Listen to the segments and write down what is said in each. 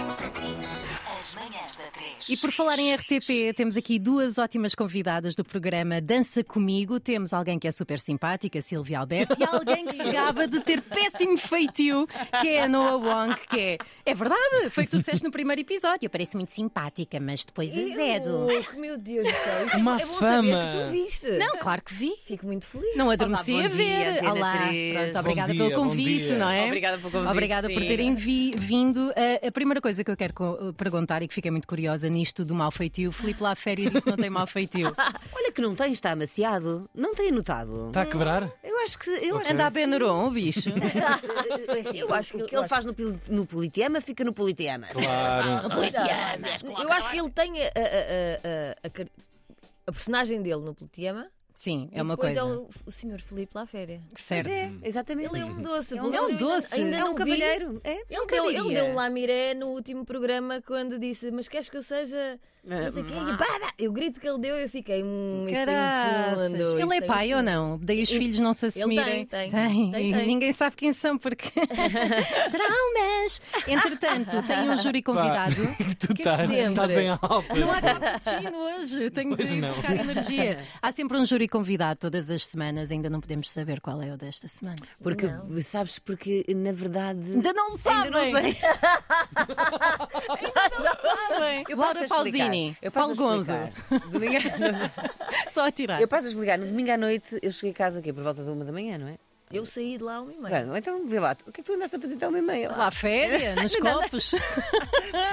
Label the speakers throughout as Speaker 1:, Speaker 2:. Speaker 1: As manhãs da 3.
Speaker 2: E por falar em RTP, temos aqui duas ótimas convidadas do programa Dança Comigo. Temos alguém que é super simpática, Silvia Alberto, e alguém que se gaba de ter péssimo feitio, que é a Noah Wong, que é. É verdade, foi o que tu disseste no primeiro episódio. Eu pareço muito simpática, mas depois azedo.
Speaker 3: Louco, meu Deus do céu. Isto
Speaker 4: Uma
Speaker 3: é bom saber
Speaker 4: fama.
Speaker 3: que tu viste.
Speaker 2: Não, claro que vi.
Speaker 3: Fico muito feliz.
Speaker 2: Não adormeci
Speaker 5: Olá, bom
Speaker 2: a ver.
Speaker 5: dia, Antena
Speaker 2: Olá.
Speaker 5: três.
Speaker 2: Pronto,
Speaker 5: Bom
Speaker 2: obrigada
Speaker 4: dia,
Speaker 2: pelo
Speaker 4: bom
Speaker 2: convite,
Speaker 4: dia.
Speaker 2: não é?
Speaker 5: Obrigada pelo convite,
Speaker 2: Obrigada por
Speaker 5: sim.
Speaker 2: terem vi- vindo. Eh, A, a primeira coisa que eu quero co- perguntar e que fiquei muito curiosa nisto do mau feitio, o Filipe lá à férias disse que não tem mau feitio.
Speaker 5: Olha que não tem, está amaciado. Não tem anotado.
Speaker 4: Está a quebrar?
Speaker 5: Eu acho que. Eu acho
Speaker 2: Anda a
Speaker 5: que...
Speaker 2: Benuron, o bicho.
Speaker 5: É assim, eu acho que o que ele faz no, pil- no Politeama fica no Politeama.
Speaker 4: Claro.
Speaker 5: é.
Speaker 3: Eu acho que ele tem a, a- a- a- a car- a personagem dele no Politeama.
Speaker 2: Sim,
Speaker 3: e
Speaker 2: é uma
Speaker 3: depois
Speaker 2: coisa.
Speaker 3: É o, o senhor Filipe lá à férias.
Speaker 5: Pois
Speaker 2: Certo.
Speaker 5: é, exatamente.
Speaker 3: Ele é um doce.
Speaker 5: É um
Speaker 3: pelo menos
Speaker 2: doce.
Speaker 3: eu
Speaker 2: É um doce.
Speaker 3: Ainda, ainda
Speaker 5: É
Speaker 3: não
Speaker 5: um
Speaker 3: vi.
Speaker 5: cavalheiro. É.
Speaker 3: Ele
Speaker 2: Nunca
Speaker 3: deu, ele
Speaker 2: diria.
Speaker 3: deu um lamiré no último programa quando disse: Mas queres que eu seja.
Speaker 2: Ah,
Speaker 3: Não sei quem? E pá, pá, Eu grito que ele deu e eu fiquei. Hum, isto tem um
Speaker 2: Caraças.
Speaker 3: fundo, isto
Speaker 2: Ele é
Speaker 3: tem
Speaker 2: pai
Speaker 3: um
Speaker 2: ou
Speaker 3: fundo."
Speaker 2: não? Daí os filhos não se
Speaker 3: tem,
Speaker 2: assumirem.
Speaker 3: tem. Tem,
Speaker 2: E
Speaker 3: tem.
Speaker 2: Ninguém sabe quem são porque. Traumas! Entretanto, tenho um júri convidado. que
Speaker 4: Tu
Speaker 2: é que
Speaker 4: estás
Speaker 2: se lembra?
Speaker 4: estás em altas.
Speaker 2: Não há cappuccino hoje, tenho
Speaker 4: Pois
Speaker 2: de ir
Speaker 4: não.
Speaker 2: buscar energia. Há sempre um júri convidado todas as semanas, ainda não podemos saber qual é o desta semana.
Speaker 5: Porque, sabes, porque na verdade.
Speaker 2: Ainda não sabem!
Speaker 5: não sei.
Speaker 2: Eu
Speaker 5: passo
Speaker 2: Laura
Speaker 5: a explicar.
Speaker 2: Pausini,
Speaker 5: Eu passo
Speaker 2: Paulo
Speaker 5: a
Speaker 2: Gonzo,
Speaker 5: explicar. Domingo à-
Speaker 2: só a tirar.
Speaker 5: Eu passo a explicar. No domingo à noite eu cheguei a casa o quê? Por volta de uma da manhã, não é?
Speaker 3: Eu saí de lá uma e meia.
Speaker 5: Bem, então vê lá. O que é que tu andaste a fazer até uma e meia?
Speaker 2: Lá à féria, nos copos.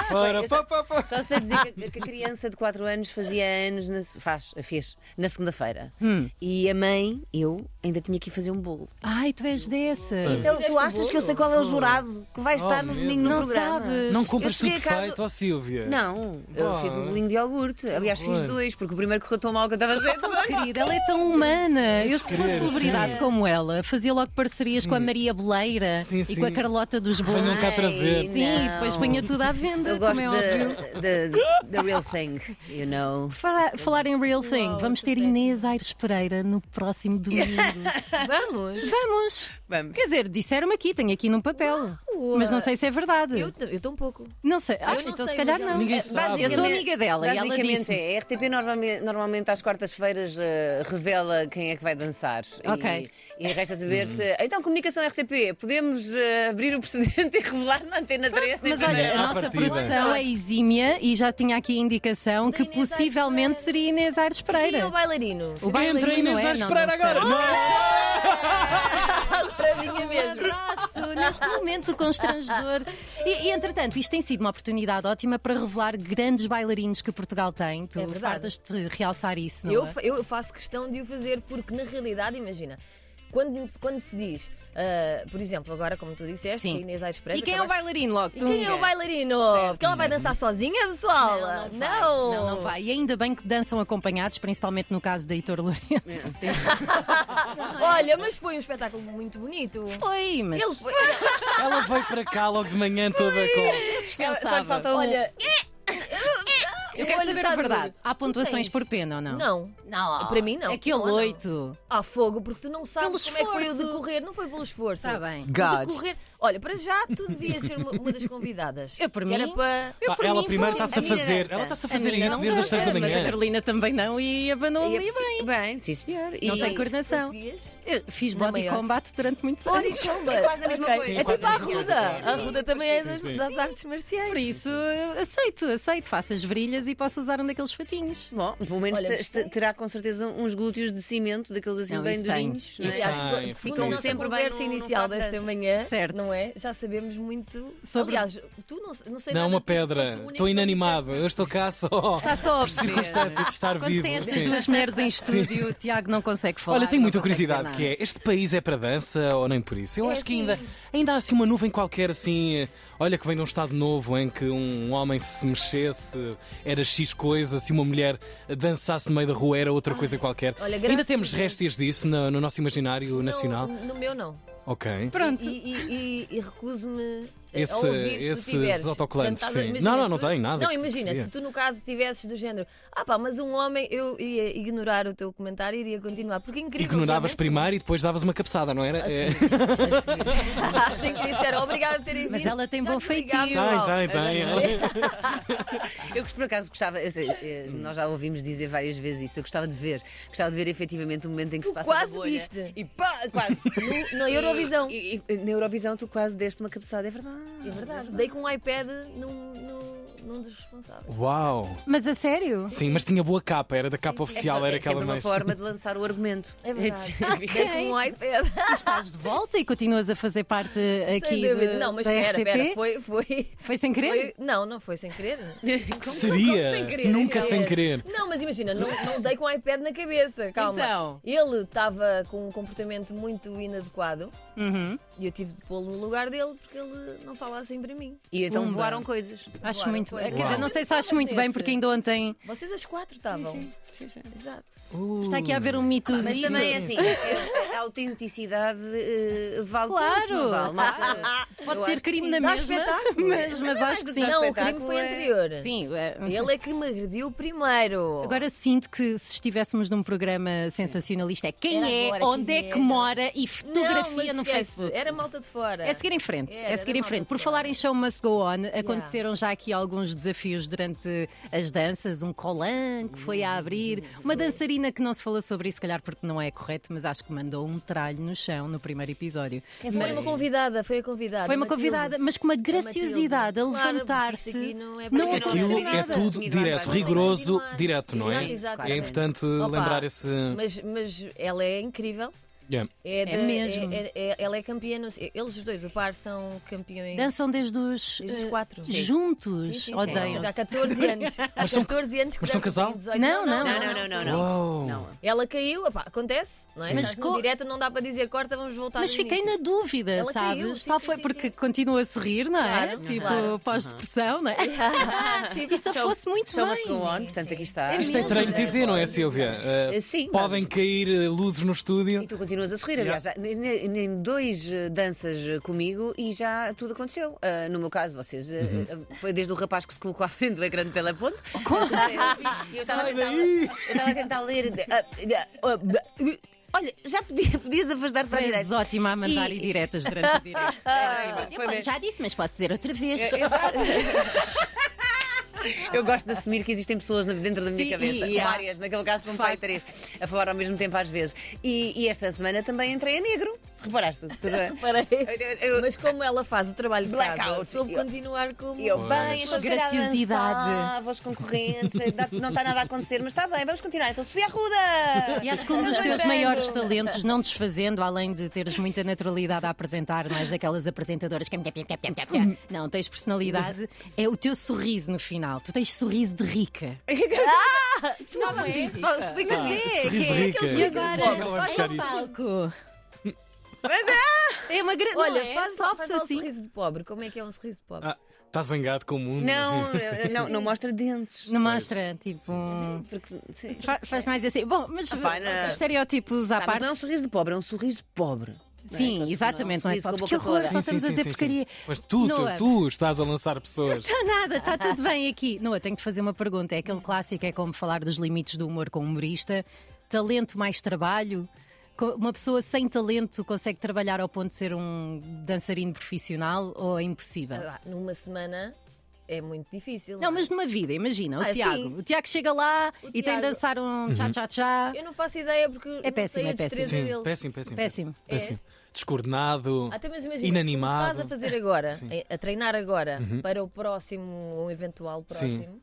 Speaker 4: Para, pá, pá, pá.
Speaker 5: Só sei dizer que, que a criança de 4 anos fazia anos, na, se- faz, fez, na segunda-feira.
Speaker 2: Hum.
Speaker 5: E a mãe, eu, ainda tinha que ir fazer um bolo.
Speaker 2: Ai, tu és dessas.
Speaker 5: Então tu achas que eu sei qual é o jurado que vai
Speaker 4: Oh,
Speaker 5: estar no
Speaker 4: medo.
Speaker 5: domingo no
Speaker 2: Não
Speaker 5: programa?
Speaker 2: sabes.
Speaker 4: Não
Speaker 5: Eu
Speaker 4: compras tudo
Speaker 5: cheguei a casa-
Speaker 4: feito, ó Silvia.
Speaker 5: Não, eu
Speaker 4: Bora.
Speaker 5: fiz um bolinho de iogurte. Aliás, fiz
Speaker 4: Horror.
Speaker 5: dois, porque o primeiro correu tão mal que eu estava
Speaker 2: Tão
Speaker 5: jeito.
Speaker 2: querida, ela é tão humana. Eu, se fosse
Speaker 4: Querida,
Speaker 2: celebridade como ela, fazia logo parcerias com a Maria Boleira
Speaker 4: Sim,
Speaker 2: e
Speaker 4: sim.
Speaker 2: com a Carlota dos
Speaker 4: Venham
Speaker 2: Bolos.
Speaker 4: cá trazer.
Speaker 2: Sim, e depois punha tudo à venda,
Speaker 5: Eu
Speaker 2: como
Speaker 5: gosto
Speaker 2: é
Speaker 5: da-
Speaker 2: óbvio.
Speaker 5: da da real thing, you know.
Speaker 2: Fala- falar em real thing,
Speaker 3: Uau,
Speaker 2: vamos ter
Speaker 3: isso é
Speaker 2: Inês Aires Pereira no próximo domingo.
Speaker 3: Vamos!
Speaker 2: vamos!
Speaker 5: Vamos.
Speaker 2: Quer dizer, disseram-me aqui, tenho aqui num papel. Mas não sei se é verdade.
Speaker 3: Eu, eu tão pouco.
Speaker 2: Não sei. Ah,
Speaker 3: não
Speaker 2: então
Speaker 3: sei,
Speaker 2: se calhar
Speaker 3: mas ela-
Speaker 2: não.
Speaker 4: Ninguém sabe.
Speaker 2: Eu sou amiga dela e ela
Speaker 5: Basicamente
Speaker 2: disse.
Speaker 5: é. A RTP normalmente, normalmente às quartas-feiras eh, revela quem é que vai dançar. E-
Speaker 2: Ok.
Speaker 5: E, resta saber se. Então, comunicação RTP, podemos eh, abrir o precedente e revelar na antena 3.
Speaker 2: Mas
Speaker 5: Sem
Speaker 2: olha,
Speaker 5: saber.
Speaker 2: a
Speaker 4: À
Speaker 2: nossa
Speaker 4: partida.
Speaker 2: produção é exímia e já tinha aqui a indicação que
Speaker 3: Inês Aires
Speaker 2: possivelmente
Speaker 3: Pereira.
Speaker 2: seria Inês Aires
Speaker 3: Quem é o
Speaker 2: Pereira.
Speaker 3: bailarino?
Speaker 2: O
Speaker 4: Entra
Speaker 2: bailarino
Speaker 4: Inês
Speaker 2: é,
Speaker 4: Aires
Speaker 2: não,
Speaker 4: Pereira
Speaker 2: não sei.
Speaker 4: agora. Não.
Speaker 3: Para vinha
Speaker 2: Um
Speaker 3: mesmo.
Speaker 2: abraço neste momento constrangedor. E, e, entretanto, isto tem sido uma oportunidade ótima para revelar grandes bailarinos que Portugal tem. Tu
Speaker 3: É verdade.
Speaker 2: fardas-te realçar isso, não
Speaker 3: Eu,
Speaker 2: é?
Speaker 3: fa- eu faço questão de o fazer porque, na realidade, imagina, quando, quando se diz, ah, por exemplo, agora, como tu disseste,
Speaker 2: Sim.
Speaker 3: que Inês Aires Pereira.
Speaker 2: E quem é o
Speaker 3: acabaste-
Speaker 2: bailarino logo?
Speaker 3: E quem é o
Speaker 2: Tunga?
Speaker 3: bailarino? Porque ela vai dançar sozinha,
Speaker 2: Não,
Speaker 3: pessoal?
Speaker 2: não, vai. não, não vai. E ainda bem que dançam acompanhados, principalmente no caso de Heitor Lourenço.
Speaker 5: Sim.
Speaker 3: Olha, mas foi um espetáculo muito bonito.
Speaker 2: é Foi, mas
Speaker 3: Ele foi.
Speaker 4: Ela veio para cá logo de manhã toda com.
Speaker 5: Só lhe falta um.
Speaker 3: Olha,
Speaker 2: Eu quero
Speaker 3: olho
Speaker 2: saber
Speaker 3: tá
Speaker 2: a verdade.
Speaker 3: duro.
Speaker 2: Há
Speaker 3: Tu
Speaker 2: pontuações
Speaker 3: tens-
Speaker 2: por pena ou não? é
Speaker 3: não.
Speaker 5: Ah,
Speaker 3: Não. Para mim, não.
Speaker 2: Aquele
Speaker 3: Não, não.
Speaker 2: oito.
Speaker 3: Há fogo, porque tu não sabes
Speaker 2: Pelo
Speaker 3: como é que foi o
Speaker 2: esforço.
Speaker 3: decorrer. Não foi pelo esforço.
Speaker 2: Está bem.
Speaker 3: O
Speaker 5: God.
Speaker 3: decorrer. Olha, para já, tu devias ser uma, uma das convidadas.
Speaker 2: Eu, por
Speaker 3: Que
Speaker 2: mim-
Speaker 3: Era para.
Speaker 2: Eu,
Speaker 4: Pá,
Speaker 2: por
Speaker 4: ela
Speaker 2: mim,
Speaker 4: primeiro
Speaker 2: vou-
Speaker 4: está-se
Speaker 2: a
Speaker 4: a
Speaker 2: minha
Speaker 4: fazer.
Speaker 2: dança.
Speaker 4: Ela está-se a
Speaker 2: A
Speaker 4: fazer
Speaker 2: menina
Speaker 4: isso
Speaker 2: não é
Speaker 4: desde as
Speaker 2: dança,
Speaker 4: 6 da
Speaker 2: Mas a
Speaker 4: manhã.
Speaker 2: Carolina também não e abanou
Speaker 5: E-
Speaker 2: ali bem.
Speaker 5: Bem, sim, senhor. E
Speaker 2: Não tem
Speaker 3: E
Speaker 2: coordenação.
Speaker 3: conseguias?
Speaker 2: Eu fiz
Speaker 3: Na
Speaker 2: body
Speaker 3: maior.
Speaker 2: combate durante muitos
Speaker 3: Olha,
Speaker 2: anos.
Speaker 3: então,
Speaker 5: É quase a mesma
Speaker 3: ok.
Speaker 5: coisa.
Speaker 3: É
Speaker 4: Sim,
Speaker 3: tipo a
Speaker 4: quase a mesma
Speaker 3: Arruda.
Speaker 4: coisa.
Speaker 3: A Arruda também é
Speaker 4: Sim,
Speaker 3: das,
Speaker 4: sim.
Speaker 3: das artes marciais.
Speaker 2: Por isso, eu aceito, aceito. Faço as virilhas e posso usar um daqueles fatinhos.
Speaker 5: Bom, pelo menos
Speaker 3: Olha,
Speaker 5: te-
Speaker 3: gostei.
Speaker 5: te- terá com certeza uns glúteos de cimento, daqueles assim
Speaker 2: Não,
Speaker 5: bem
Speaker 2: isso tem.
Speaker 5: durinhos.
Speaker 2: Isso
Speaker 5: não é?
Speaker 3: Aliás,
Speaker 4: Ai,
Speaker 3: quando- segundo a
Speaker 4: ficam
Speaker 3: nossa
Speaker 5: sempre bem
Speaker 3: conversa
Speaker 5: no- no
Speaker 3: inicial
Speaker 5: fado
Speaker 3: desta
Speaker 5: dessa.
Speaker 3: manhã,
Speaker 2: Certo.
Speaker 3: não é? Já sabemos muito.
Speaker 2: Sobre-
Speaker 3: Aliás, tu não, não sei
Speaker 4: Não,
Speaker 3: nada,
Speaker 4: uma
Speaker 3: tu foste o
Speaker 4: pedra.
Speaker 3: único
Speaker 4: Estou
Speaker 3: que não
Speaker 4: inanimado. Eu estou cá só.
Speaker 2: Está só a perceber.
Speaker 4: Circunstância de estar
Speaker 2: Quando
Speaker 4: vivo.
Speaker 2: tem estas
Speaker 4: sim.
Speaker 2: duas mulheres em estúdio, o Tiago não consegue falar.
Speaker 4: Olha, tenho
Speaker 2: não
Speaker 4: muita
Speaker 2: consegue dizer
Speaker 4: curiosidade,
Speaker 2: nada.
Speaker 4: que é, este país é para dança ou nem por isso? Eu
Speaker 3: É
Speaker 4: acho que
Speaker 3: assim.
Speaker 4: ainda, ainda há assim uma nuvem qualquer assim, olha que vem de um estado novo em que um homem se mexesse era X coisa, se uma mulher dançasse no meio da rua era outra coisa qualquer.
Speaker 3: olha, graças
Speaker 4: ainda
Speaker 3: a
Speaker 4: temos
Speaker 3: Deus.
Speaker 4: réstias disso no, no nosso imaginário
Speaker 3: Não,
Speaker 4: nacional?
Speaker 3: No meu não.
Speaker 4: Ok.
Speaker 2: Pronto.
Speaker 3: E, e- e- e recuso-me a
Speaker 4: Esse-
Speaker 3: ouvir
Speaker 4: esses
Speaker 3: se tiveres.
Speaker 4: autocolantes,
Speaker 3: Portanto, estás a-
Speaker 4: sim.
Speaker 3: imagina
Speaker 4: Não, não,
Speaker 3: se
Speaker 4: não
Speaker 3: tu-
Speaker 4: tem nada
Speaker 3: Não,
Speaker 4: que
Speaker 3: imagina,
Speaker 4: seria.
Speaker 3: se tu no caso tivesses do género, ah pá, mas um homem, eu ia ignorar o teu comentário e iria continuar, porque é incrível.
Speaker 4: Ignoravas primeiro e depois davas uma cabeçada, não era? É.
Speaker 3: assim que disseram, obrigado por terem vindo.
Speaker 2: Mas ela tem
Speaker 3: Já
Speaker 2: bom
Speaker 3: te ligava
Speaker 2: feitio.
Speaker 3: igual.
Speaker 4: Tem, tem, tem.
Speaker 5: Eu que por acaso gostava, eu sei, eh, nós já ouvimos dizer várias vezes isso, eu gostava de ver, gostava de ver efetivamente o momento em que se passa
Speaker 3: quase
Speaker 5: a bolha.
Speaker 3: viste.
Speaker 5: E pá, quase.
Speaker 3: No- na Eurovisão.
Speaker 2: É
Speaker 5: E, e- e na Eurovisão tu quase deste uma cabeçada, é verdade.
Speaker 3: É verdade. Dei com um iPad num, num, num dos responsáveis.
Speaker 4: Uau!
Speaker 2: Mas a sério?
Speaker 4: Sim, mas tinha boa capa, era da capa oficial,
Speaker 5: Essa
Speaker 4: era
Speaker 5: é sempre
Speaker 4: aquela
Speaker 5: uma
Speaker 4: mais.
Speaker 5: forma de lançar o argumento.
Speaker 3: É verdade.
Speaker 5: de-
Speaker 3: Dei com um iPad.
Speaker 2: Estás de volta e continuas a fazer parte aqui
Speaker 3: Sem dúvida.
Speaker 2: de-
Speaker 3: não, mas
Speaker 2: da
Speaker 3: espera,
Speaker 2: RTP?
Speaker 3: espera, foi. foi...
Speaker 2: Foi sem querer?
Speaker 3: Foi- não, não foi sem querer.
Speaker 4: Seria? Nunca
Speaker 3: Não.
Speaker 4: sem querer.
Speaker 3: Não, mas imagina, não, não dei com o iPad na cabeça, calma.
Speaker 2: Então.
Speaker 3: Ele estava com um comportamento muito inadequado
Speaker 2: Uhum.
Speaker 3: e eu tive de pô-lo no lugar dele porque ele não fala assim para mim.
Speaker 5: E então
Speaker 2: Pumba.
Speaker 5: voaram coisas.
Speaker 2: Acho
Speaker 3: Claro,
Speaker 2: muito
Speaker 3: pois.
Speaker 2: bem. Quer dizer,
Speaker 4: Uau.
Speaker 2: não sei se acho muito bem, porque ainda ontem
Speaker 3: Vocês as quatro estavam.
Speaker 5: sim, sim.
Speaker 3: Exato.
Speaker 2: está aqui a haver um mitozinho.
Speaker 5: Mas também é assim, a- a autenticidade eh, vale
Speaker 2: Claro.
Speaker 5: pontos, não vale? Não
Speaker 3: Ah,
Speaker 5: vale?
Speaker 2: Pode
Speaker 5: Eu
Speaker 2: ser
Speaker 5: acho que
Speaker 2: crime
Speaker 5: sim.
Speaker 2: na
Speaker 3: Dá
Speaker 2: mesma,
Speaker 3: espetáculo. é.
Speaker 2: mas, mas acho que sim.
Speaker 3: Não, o crime
Speaker 5: espetáculo
Speaker 3: foi
Speaker 5: é-
Speaker 3: anterior.
Speaker 2: Sim, é-
Speaker 3: Ele é que me agrediu primeiro.
Speaker 2: Agora sinto que se estivéssemos num programa sensacionalista é quem
Speaker 3: Era
Speaker 2: é,
Speaker 3: agora,
Speaker 2: onde
Speaker 3: quem
Speaker 2: é que
Speaker 3: era?
Speaker 2: mora e
Speaker 3: não, mas
Speaker 2: fotografia no
Speaker 3: esquece,
Speaker 2: Facebook.
Speaker 3: Era malta de fora.
Speaker 2: É seguir em frente,
Speaker 3: Era,
Speaker 2: é seguir
Speaker 3: era
Speaker 2: em
Speaker 3: uma
Speaker 2: frente. Por
Speaker 3: pessoa.
Speaker 2: falar em Show Must Go On, aconteceram já aqui alguns desafios durante as danças. Um colan que foi a abrir,
Speaker 3: Uhum,
Speaker 2: uma dançarina que não se falou sobre isso, se calhar porque não é correto, mas acho que mandou um tralho no chão no primeiro episódio.
Speaker 3: Foi uma convidada, foi a convidada.
Speaker 2: Foi uma
Speaker 3: Matilde.
Speaker 2: convidada, mas com uma graciosidade a levantar-se.
Speaker 3: Matilde. Claro, porque isto aqui não é
Speaker 2: não
Speaker 3: para quem
Speaker 2: aconteceu
Speaker 4: Aquilo é
Speaker 2: nada.
Speaker 4: tudo
Speaker 5: Comida à
Speaker 4: direto,
Speaker 5: brasa.
Speaker 4: rigoroso,
Speaker 3: Continuar.
Speaker 4: direto, não é?
Speaker 3: Exato, exato.
Speaker 4: É importante
Speaker 3: Opa.
Speaker 4: lembrar esse.
Speaker 3: Mas, mas ela é incrível.
Speaker 4: Yeah.
Speaker 3: É, da-
Speaker 2: mesmo.
Speaker 3: é- é- ela é campeã. no- eles os dois, o par, são campeões.
Speaker 2: Dançam desde os,
Speaker 3: Desde os
Speaker 2: eh,
Speaker 3: quatro. Sim.
Speaker 2: juntos.
Speaker 3: Sim, sim, sim. Ou seja, Há
Speaker 2: Odeiam-se.
Speaker 3: 14 anos. Há
Speaker 4: Mas são-
Speaker 3: 14 anos que
Speaker 4: mas são
Speaker 3: dançam,
Speaker 4: casal?
Speaker 3: têm 18.
Speaker 2: Não, não,
Speaker 5: Não, não, não, não.
Speaker 4: Uau.
Speaker 5: Não.
Speaker 3: Ela caiu, opá, acontece. Não é?
Speaker 4: Sim.
Speaker 3: Mas
Speaker 2: Mas
Speaker 3: no
Speaker 2: co-
Speaker 3: direto não dá para dizer corta, vamos voltar
Speaker 2: Mas
Speaker 3: ao
Speaker 2: fiquei
Speaker 3: início.
Speaker 2: na dúvida,
Speaker 3: Ela
Speaker 2: sabes?
Speaker 3: caiu, sim,
Speaker 2: Tal
Speaker 3: sim,
Speaker 2: foi
Speaker 3: sim,
Speaker 2: porque
Speaker 3: sim.
Speaker 2: continua a se rir, não é?
Speaker 3: Claro,
Speaker 2: tipo,
Speaker 3: claro.
Speaker 2: pós-depressão, não é? E se
Speaker 5: Show-
Speaker 2: fosse muito
Speaker 5: Show
Speaker 2: bem.
Speaker 5: must go on, portanto aqui está.
Speaker 2: É
Speaker 4: Isto é
Speaker 2: mesmo.
Speaker 4: treino TV, não é, Silvia? Eh,
Speaker 5: Eh, sim,
Speaker 4: Podem cair eh, luzes no
Speaker 5: E
Speaker 4: estúdio.
Speaker 5: tu continuas a sorrir, aliás, já, ne- ne- nem dois eh, danças eh, comigo e já tudo aconteceu. Ah, no meu caso, vocês, eh, eh, foi desde o rapaz que se colocou à frente do ecrã do teleponto. E eu estava a
Speaker 4: Sai
Speaker 5: tentar-
Speaker 4: daí!
Speaker 5: eu estava a tentar ler. de- ah, ah, ah, ah, Olha, já podia- podias afastar para a
Speaker 2: Tu és
Speaker 5: direita.
Speaker 2: ótima a mandar
Speaker 5: E- ah,
Speaker 2: e... diretas durante o direto.
Speaker 5: Foi mesmo.
Speaker 2: já disse, mas posso dizer outra vez.
Speaker 5: Eu gosto de assumir que existem pessoas na- dentro da minha
Speaker 2: Sim,
Speaker 5: cabeça,
Speaker 2: e há.
Speaker 5: várias, naquele caso são pai três, a falar ao mesmo tempo às vezes. E, e esta semana também entrei a negro. Reparaste? Tu-
Speaker 3: Parei.
Speaker 5: Eu- eu-
Speaker 3: Mas como ela faz o trabalho de casa,
Speaker 5: Blackout.
Speaker 3: soube
Speaker 5: Eu-
Speaker 3: continuar como.
Speaker 5: E eu, bem, então se calhar
Speaker 2: Graciosidade.
Speaker 5: dançava os concorrentes, dá- não está nada a acontecer, mas está bem, vamos continuar. Então, Sofia Arruda!
Speaker 2: E acho que um dos
Speaker 5: Eu
Speaker 2: teus
Speaker 5: lembrando.
Speaker 2: maiores talentos, não desfazendo, além de teres muita naturalidade a apresentar, mais daquelas apresentadoras que. é Não, tens personalidade, é o teu sorriso no final. Tu tens sorriso de rica.
Speaker 5: Não é? Explica
Speaker 2: É,
Speaker 4: Ah, Sorriso rica.
Speaker 2: E agora,
Speaker 4: Ela vai buscar
Speaker 2: em
Speaker 4: isso.
Speaker 2: palco. Mas é! É uma grande.
Speaker 3: Olha,
Speaker 2: não é?
Speaker 3: faz,
Speaker 2: Sofre-se
Speaker 3: faz lá um
Speaker 2: assim.
Speaker 3: sorriso de pobre. Como é que é um sorriso de pobre?
Speaker 4: Ah, está zangado com o mundo. né?
Speaker 5: Não, eh, não, não mostra dentes.
Speaker 2: Não mostra, tipo.
Speaker 5: Porque, sim.
Speaker 2: fa- Faz mais assim. Bom, mas
Speaker 5: Epá, É. Ah, não.
Speaker 2: estereótipos à
Speaker 5: Tá, mas
Speaker 2: parte.
Speaker 5: não é um sorriso de pobre, é um sorriso pobre.
Speaker 2: Sim,
Speaker 5: Não é?
Speaker 2: exatamente,
Speaker 5: Não é
Speaker 2: não é?
Speaker 5: um sorriso
Speaker 2: Só
Speaker 5: com a
Speaker 2: porque
Speaker 5: boca
Speaker 2: horror,
Speaker 5: toda.
Speaker 2: só estamos a dizer porcaria.
Speaker 4: Mas tu, tu,
Speaker 2: Noah.
Speaker 4: tu estás a lançar pessoas.
Speaker 2: Está nada, está tudo bem aqui. Noa, tenho que fazer uma pergunta. É
Speaker 5: Hum.
Speaker 2: aquele clássico, é como falar dos limites do humor com um humorista. Talento mais trabalho. Co- Uma pessoa sem talento consegue trabalhar ao ponto de ser um dançarino profissional ou é impossível?
Speaker 3: Ah, Numa semana é muito difícil.
Speaker 2: Não, mas numa vida, imagina, o
Speaker 3: Ah,
Speaker 2: Tiago.
Speaker 3: sim.
Speaker 2: O Tiago chega lá
Speaker 3: O
Speaker 2: e tem
Speaker 3: Tiago.
Speaker 2: de dançar um tchá-tchá-tchá.
Speaker 3: Eu não faço ideia porque é
Speaker 2: péssimo, é
Speaker 3: não sei a destreza
Speaker 2: péssimo.
Speaker 4: Sim,
Speaker 3: dele. Ah,
Speaker 4: péssimo, péssimo.
Speaker 2: Péssimo.
Speaker 4: péssimo. Descoordenado.
Speaker 3: Até mas imagina,
Speaker 4: Inanimado.
Speaker 3: se estás a fazer agora,
Speaker 4: Sim. Uhum.
Speaker 3: a- a treinar agora para o próximo, um eventual
Speaker 4: Sim.
Speaker 3: próximo,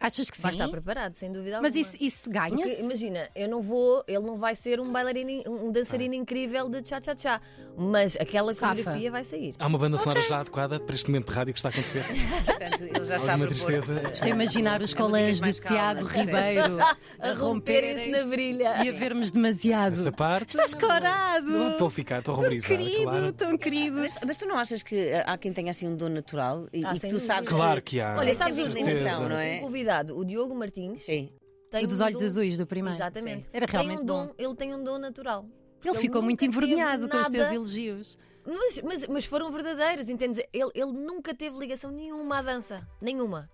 Speaker 2: Achas que sim?
Speaker 3: vais estar preparado, sem dúvida
Speaker 2: Mas
Speaker 3: alguma.
Speaker 2: isso, isso
Speaker 3: Então, Porque,
Speaker 2: ganha-se?
Speaker 3: imagina, eu não vou, ele não vai ser um bailarino, in- um
Speaker 4: Ah.
Speaker 3: dançarino incrível de tchá tchá tchá, mas aquela
Speaker 2: Safa.
Speaker 3: coreografia vai sair.
Speaker 4: Há uma banda sonora já adequada para este momento de rádio que está a acontecer.
Speaker 5: Portanto, ele já está a
Speaker 4: Alguma
Speaker 5: propor-se.
Speaker 4: tristeza.
Speaker 2: Estou a é imaginar os
Speaker 5: Não
Speaker 2: colãs
Speaker 5: fiques
Speaker 2: de
Speaker 5: mais calma,
Speaker 2: Tiago
Speaker 5: sim.
Speaker 2: Ribeiro
Speaker 3: A romperem-se na brilha.
Speaker 2: e a vermos demasiado.
Speaker 4: Essa parte.
Speaker 2: Estás corado!
Speaker 4: Não estou a ficar, estou a rubricar.
Speaker 2: querido,
Speaker 4: claro.
Speaker 2: tão querido.
Speaker 5: Mas, mas tu não achas que eh, há quem tenha assim um dom natural e,
Speaker 3: Ah,
Speaker 5: e que
Speaker 3: sem
Speaker 5: tu
Speaker 3: dúvida.
Speaker 5: sabes
Speaker 4: Claro que há.
Speaker 3: Olha,
Speaker 5: Sim,
Speaker 3: sabes
Speaker 5: com
Speaker 3: o
Speaker 5: certeza.
Speaker 3: um,
Speaker 5: não é?
Speaker 3: um convidado, o Diogo Martins,
Speaker 5: Sim.
Speaker 3: tem
Speaker 2: O dos
Speaker 3: um
Speaker 2: olhos
Speaker 3: dom-
Speaker 2: azuis do primeiro.
Speaker 3: Exatamente.
Speaker 2: Era
Speaker 3: Tem
Speaker 2: realmente
Speaker 3: um dom,
Speaker 2: bom.
Speaker 3: Ele tem um dom natural.
Speaker 2: Ele,
Speaker 3: Ele
Speaker 2: ficou muito
Speaker 3: nunca teve
Speaker 2: envergonhado com os teus
Speaker 3: nada.
Speaker 2: elogios.
Speaker 3: Mas, mas, mas foram verdadeiros, entendes? Ele, ele nunca teve ligação nenhuma à dança. Nenhuma.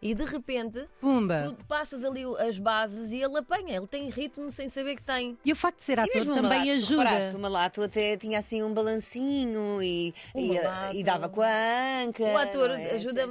Speaker 3: E de repente,
Speaker 2: Pumba!
Speaker 3: tu passas ali o- as bases e ele apanha. Ele tem ritmo sem saber que tem.
Speaker 2: E o facto de ser ator
Speaker 5: mesmo o
Speaker 2: também
Speaker 5: Malato, tu reparaste, um-
Speaker 2: ajuda.
Speaker 5: O malato até tinha assim um balancinho e,
Speaker 3: O
Speaker 5: e, eh,
Speaker 3: Malato.
Speaker 5: e dava com a anca.
Speaker 3: Um O ator
Speaker 5: não é?
Speaker 3: ajuda.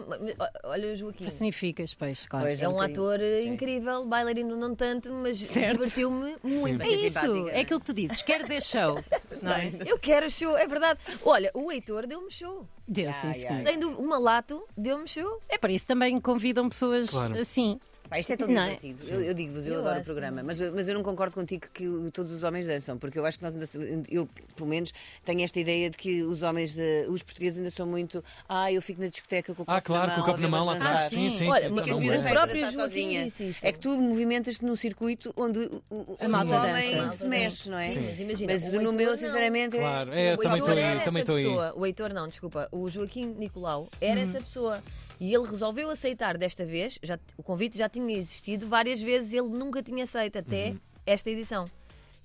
Speaker 3: Olha, o Joaquim.
Speaker 2: Personificas, pois, claro.
Speaker 5: Pois
Speaker 3: É um
Speaker 5: bocadinho,
Speaker 3: ator eh,
Speaker 5: sim.
Speaker 3: incrível, bailarino não tanto, mas
Speaker 2: Certo.
Speaker 3: divertiu-me muito.
Speaker 5: Mas
Speaker 2: É
Speaker 5: é
Speaker 2: isso,
Speaker 5: simpática,
Speaker 2: é aquilo que tu dizes. Queres é show, não é?
Speaker 3: Eu quero show, é verdade. Olha, o Heitor deu-me show.
Speaker 2: Deu
Speaker 5: Ah,
Speaker 2: sim,
Speaker 5: ah,
Speaker 2: senhor.
Speaker 3: Sem dúvida, o Malato deu-me show.
Speaker 2: um É para isso também convidam pessoas
Speaker 4: Claro.
Speaker 2: assim.
Speaker 5: Pá, isto é tão
Speaker 2: Não é?
Speaker 5: divertido. Eu, eu digo-vos, eu,
Speaker 3: Eu
Speaker 5: adoro
Speaker 3: acho
Speaker 5: o programa, mas, eu- mas eu não concordo contigo que o- todos os homens dançam, porque eu acho que nós ainda, eu, pelo menos, tenho esta ideia de que os homens, eh, os portugueses ainda são muito. Ah, eu fico na discoteca com o copo
Speaker 4: Ah, claro,
Speaker 5: na
Speaker 4: com
Speaker 5: mão.
Speaker 4: o copo na mão lá
Speaker 5: ouvi-las dançar."
Speaker 4: atrás.
Speaker 2: dançar.
Speaker 4: Sim,
Speaker 2: Sim.
Speaker 4: sim,
Speaker 3: Olha,
Speaker 4: sim.
Speaker 3: mas
Speaker 5: Porque as
Speaker 4: não
Speaker 3: O
Speaker 5: miúdas
Speaker 4: é.
Speaker 5: saem
Speaker 3: próprio
Speaker 5: a dançar
Speaker 3: Joaquim
Speaker 5: sozinha.
Speaker 3: disse isto.
Speaker 5: É que tu movimentas-te num circuito onde o, o,
Speaker 2: A
Speaker 5: o
Speaker 2: malta
Speaker 5: homem
Speaker 2: dança.
Speaker 5: se
Speaker 2: Sim.
Speaker 5: mexe, não é?
Speaker 4: Sim.
Speaker 3: Mas imagina,
Speaker 5: Mas
Speaker 3: o
Speaker 5: no
Speaker 3: Heitor
Speaker 5: meu,
Speaker 3: não.
Speaker 5: sinceramente,
Speaker 4: Claro,
Speaker 5: é.
Speaker 4: é,
Speaker 3: o
Speaker 4: também
Speaker 3: Heitor
Speaker 4: estou
Speaker 3: era
Speaker 4: aí,
Speaker 3: essa
Speaker 4: também estou aí.
Speaker 3: pessoa. O Heitor não, desculpa. O Joaquim Nicolau era essa pessoa. E ele resolveu aceitar desta vez. Já, o convite já tinha existido várias vezes, ele nunca tinha aceito até esta edição.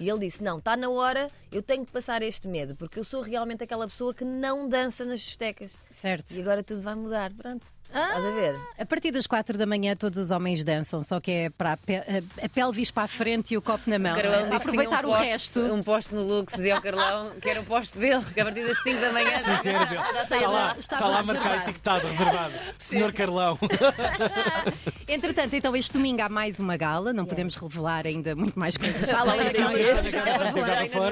Speaker 3: E ele disse: Não, está na hora, eu tenho que passar este medo, porque eu sou realmente aquela pessoa que não dança nas discotecas.
Speaker 2: Certo.
Speaker 3: E agora tudo vai mudar. Pronto. Estás a ver?
Speaker 2: A partir das quatro da manhã todos os homens dançam, só que é para a, pe- a- a pelvis para a frente e o copo na mão.
Speaker 5: Carlão disse que
Speaker 2: Aproveitar
Speaker 5: tinha
Speaker 2: o
Speaker 5: um poste,
Speaker 2: resto.
Speaker 5: Um poste no Lux, dizia ao Carlão, que era o poste dele, que a partir das 5 da manhã.
Speaker 4: Sério, Bel? Está
Speaker 2: estava-
Speaker 4: lá,
Speaker 2: estava
Speaker 4: está lá
Speaker 2: reservado.
Speaker 4: marcado, etiquetado, reservado. Senhor Carlão.
Speaker 2: Entretanto, então este domingo há mais uma gala, não podemos revelar ainda muito mais coisas. Fala lá, então. Eu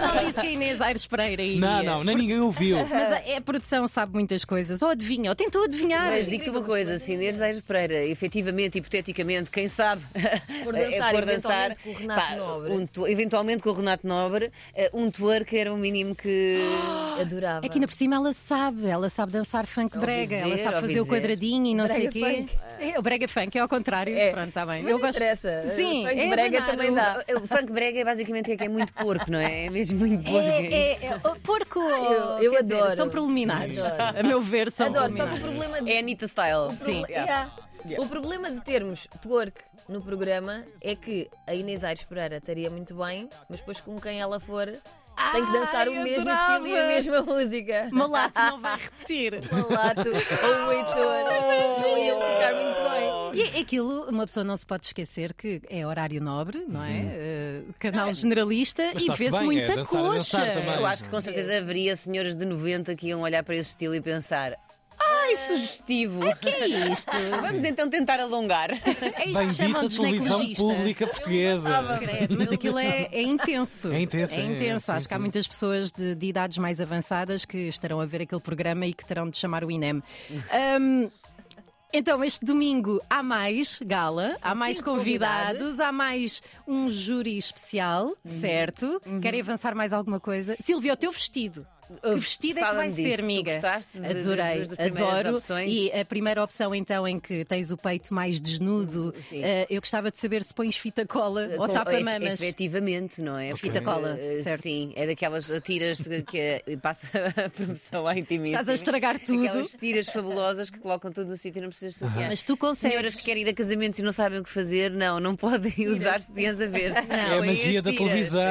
Speaker 2: não disse que a Inês Aires Pereira iria.
Speaker 4: Não, não, nem ninguém ouviu.
Speaker 2: Mas a, a produção sabe muitas coisas, ou adivinha, ou tentou adivinhar.
Speaker 5: Mas digo-te uma coisa, assim, Inês Aires Pereira, efetivamente, hipoteticamente, quem sabe,
Speaker 3: Por
Speaker 5: eh,
Speaker 3: dançar, eventualmente, com o Renato Nobre.
Speaker 5: um tu- eventualmente com o Renato Nobre, eh, um twerk era o mínimo que.
Speaker 3: Adorava.
Speaker 2: É que ainda por cima ela sabe, ela sabe dançar funk
Speaker 5: Ouvi
Speaker 2: brega, ela
Speaker 5: dizer,
Speaker 2: sabe
Speaker 5: ouvi
Speaker 2: fazer o
Speaker 5: dizer.
Speaker 2: quadradinho e não
Speaker 3: Brega
Speaker 2: sei o quê. É, o brega funk é ao contrário.
Speaker 3: É.
Speaker 2: Pronto, está bem.
Speaker 3: Mas
Speaker 2: Eu
Speaker 3: não
Speaker 2: gosto.
Speaker 3: interessa,
Speaker 2: Sim,
Speaker 3: o funk
Speaker 2: é
Speaker 3: brega
Speaker 2: abanar
Speaker 3: também
Speaker 2: o-
Speaker 3: dá.
Speaker 5: O, o Frank Brega é basicamente que é muito porco, não é? É mesmo muito porco.
Speaker 2: É,
Speaker 5: é isso.
Speaker 2: é, é, o porco.
Speaker 3: Eu- eu
Speaker 2: quer dizer,
Speaker 3: adoro.
Speaker 2: são preliminares. A meu ver, são
Speaker 3: Adoro, só que o
Speaker 2: preliminares.
Speaker 3: problema de
Speaker 5: É Anitta Style.
Speaker 2: Sim.
Speaker 3: Proble- Yeah. O problema de termos twerk no programa é que a Inês Aires Pereira estaria muito bem, mas depois com quem ela for tem que dançar o
Speaker 2: Ai,
Speaker 3: mesmo
Speaker 2: adorava.
Speaker 3: estilo e a mesma música.
Speaker 2: Malato não vai repetir.
Speaker 3: Malato ou o Heitor não iam ficar muito bem.
Speaker 2: E é aquilo, uma pessoa não se pode esquecer que é horário nobre, não é? Eh, canal generalista
Speaker 4: Mas
Speaker 2: e
Speaker 4: está-se
Speaker 2: vê-se
Speaker 4: bem, é
Speaker 2: muita
Speaker 4: dançar, é
Speaker 2: coxa.
Speaker 4: dançar também.
Speaker 5: Eu acho que com certeza haveria senhoras de 90 que iam olhar para esse estilo e pensar: ai, sugestivo!
Speaker 2: que é isto?
Speaker 5: Vamos então tentar alongar.
Speaker 2: É isto que chamam
Speaker 4: Bendita
Speaker 2: de
Speaker 4: televisão
Speaker 2: ginecologista.
Speaker 4: pública
Speaker 3: Ah,
Speaker 4: portuguesa.
Speaker 2: Credo, Mas aquilo é, é intenso.
Speaker 4: É intenso,
Speaker 2: É
Speaker 4: é,
Speaker 2: intenso.
Speaker 4: é,
Speaker 2: Acho
Speaker 4: sim,
Speaker 2: que há
Speaker 4: sim.
Speaker 2: muitas pessoas de, de idades mais avançadas que estarão a ver aquele programa e que terão de chamar o INEM. Ahm, então, este domingo há mais gala, há mais
Speaker 3: cinco
Speaker 2: convidados,
Speaker 3: convidados.
Speaker 2: há mais um júri
Speaker 5: Uhum.
Speaker 2: especial, certo? Querem avançar mais alguma coisa? Silvia, o teu vestido. Que vestido é que
Speaker 5: fala-me
Speaker 2: vai
Speaker 5: disso.
Speaker 2: ser,
Speaker 5: Tu
Speaker 2: amiga?
Speaker 5: gostaste de- das
Speaker 2: Adorei,
Speaker 5: duas- das primeiras
Speaker 2: adoro.
Speaker 5: opções?
Speaker 2: E a primeira opção, então, em que tens o peito mais desnudo,
Speaker 5: Sim.
Speaker 2: eh, eu gostava de saber se pões fita cola ou
Speaker 5: eh, Com- efe-
Speaker 2: tapa-mamas.
Speaker 5: Efetivamente, não é?
Speaker 2: Fita cola,
Speaker 5: eh,
Speaker 2: certo.
Speaker 5: Sim, é daquelas tiras que- que eh, passa a promoção à intimidade.
Speaker 2: Estás a estragar tudo.
Speaker 5: Aquelas tiras fabulosas que colocam tudo no sítio e não precisas de sutiã.
Speaker 2: Mas tu consegues.
Speaker 5: Senhoras que querem ir a casamentos e não sabem o que fazer, não, não podem usar sutiãs a ver.
Speaker 4: É a magia da televisão.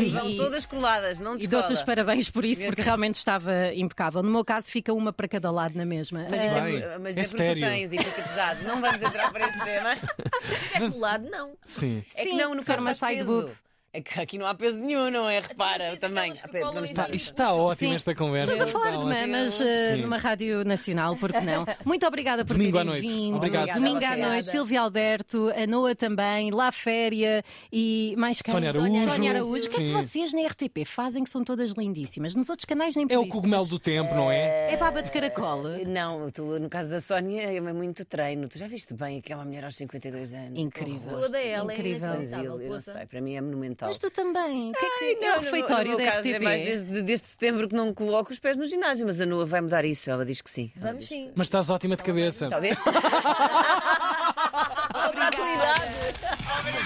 Speaker 2: E-
Speaker 5: Vão
Speaker 2: e-
Speaker 5: todas coladas, não
Speaker 2: E dou-te um os
Speaker 5: descola.
Speaker 2: parabéns por isso, porque realmente estava impecável. No meu caso, fica uma para cada lado na mesma.
Speaker 5: Mas
Speaker 2: Ah,
Speaker 5: isso
Speaker 4: Bem,
Speaker 5: é, mas
Speaker 4: é
Speaker 5: é porque tu
Speaker 4: estéreo.
Speaker 5: tens e fica pesado. Não vamos entrar para este tema.
Speaker 3: É colado, não.
Speaker 4: Sim.
Speaker 5: É que
Speaker 2: Sim,
Speaker 5: não, no
Speaker 2: ser
Speaker 5: caso
Speaker 2: uma
Speaker 5: faz
Speaker 2: side Então,
Speaker 5: peso.
Speaker 2: boob.
Speaker 5: É que aqui não há peso nenhum, não é? Repara o
Speaker 3: vezes
Speaker 5: tamanho.
Speaker 3: elas
Speaker 5: Ah,
Speaker 3: colam
Speaker 5: vamos
Speaker 3: isso
Speaker 5: estar-
Speaker 4: Pá, Isto está ótimo,
Speaker 2: Sim.
Speaker 4: esta conversa.
Speaker 2: Estamos a falar de
Speaker 4: Está ótimo.
Speaker 2: mamas eh,
Speaker 4: Sim.
Speaker 2: numa rádio nacional, porque não? Muito obrigada por
Speaker 4: Domingo à
Speaker 2: terem
Speaker 4: noite.
Speaker 2: vindo.
Speaker 4: Obrigado.
Speaker 2: Domingo à
Speaker 5: Obrigada a
Speaker 2: noite,
Speaker 3: vocês.
Speaker 2: Silvia Alberto, a Noa também, Lá Féria e mais quem?
Speaker 4: Sónia Araújo.
Speaker 2: Sónia Araújo. O que é que
Speaker 4: Sim.
Speaker 2: vocês na RTP fazem que são todas lindíssimas? Nos outros canais nem por
Speaker 4: É o
Speaker 2: isso,
Speaker 4: cogumelo do tempo, não é?
Speaker 2: mas É baba de caracol.
Speaker 5: Não, tu, no caso da Sónia é muito treino. Tu já viste bem que é uma mulher aos 52 anos.
Speaker 2: Incrível.
Speaker 5: Com rosto,
Speaker 3: Toda ela
Speaker 2: Incrível.
Speaker 3: é
Speaker 5: mas
Speaker 3: inacreditável.
Speaker 5: eu, eu não
Speaker 3: poça.
Speaker 5: sei, para mim é monumental.
Speaker 2: Mas tu também. O que é que
Speaker 5: Ai,
Speaker 2: é o
Speaker 5: no meu-
Speaker 2: refeitório
Speaker 5: no meu
Speaker 2: da
Speaker 5: caso
Speaker 2: RTP?
Speaker 5: É mais desde, desde setembro que não coloco os pés no ginásio, mas a Noa vai mudar isso. Ela diz que sim. Ela
Speaker 3: Vamos
Speaker 5: diz-
Speaker 3: sim.
Speaker 4: Mas estás ótima de cabeça.
Speaker 5: Talvez.
Speaker 3: Obrigada.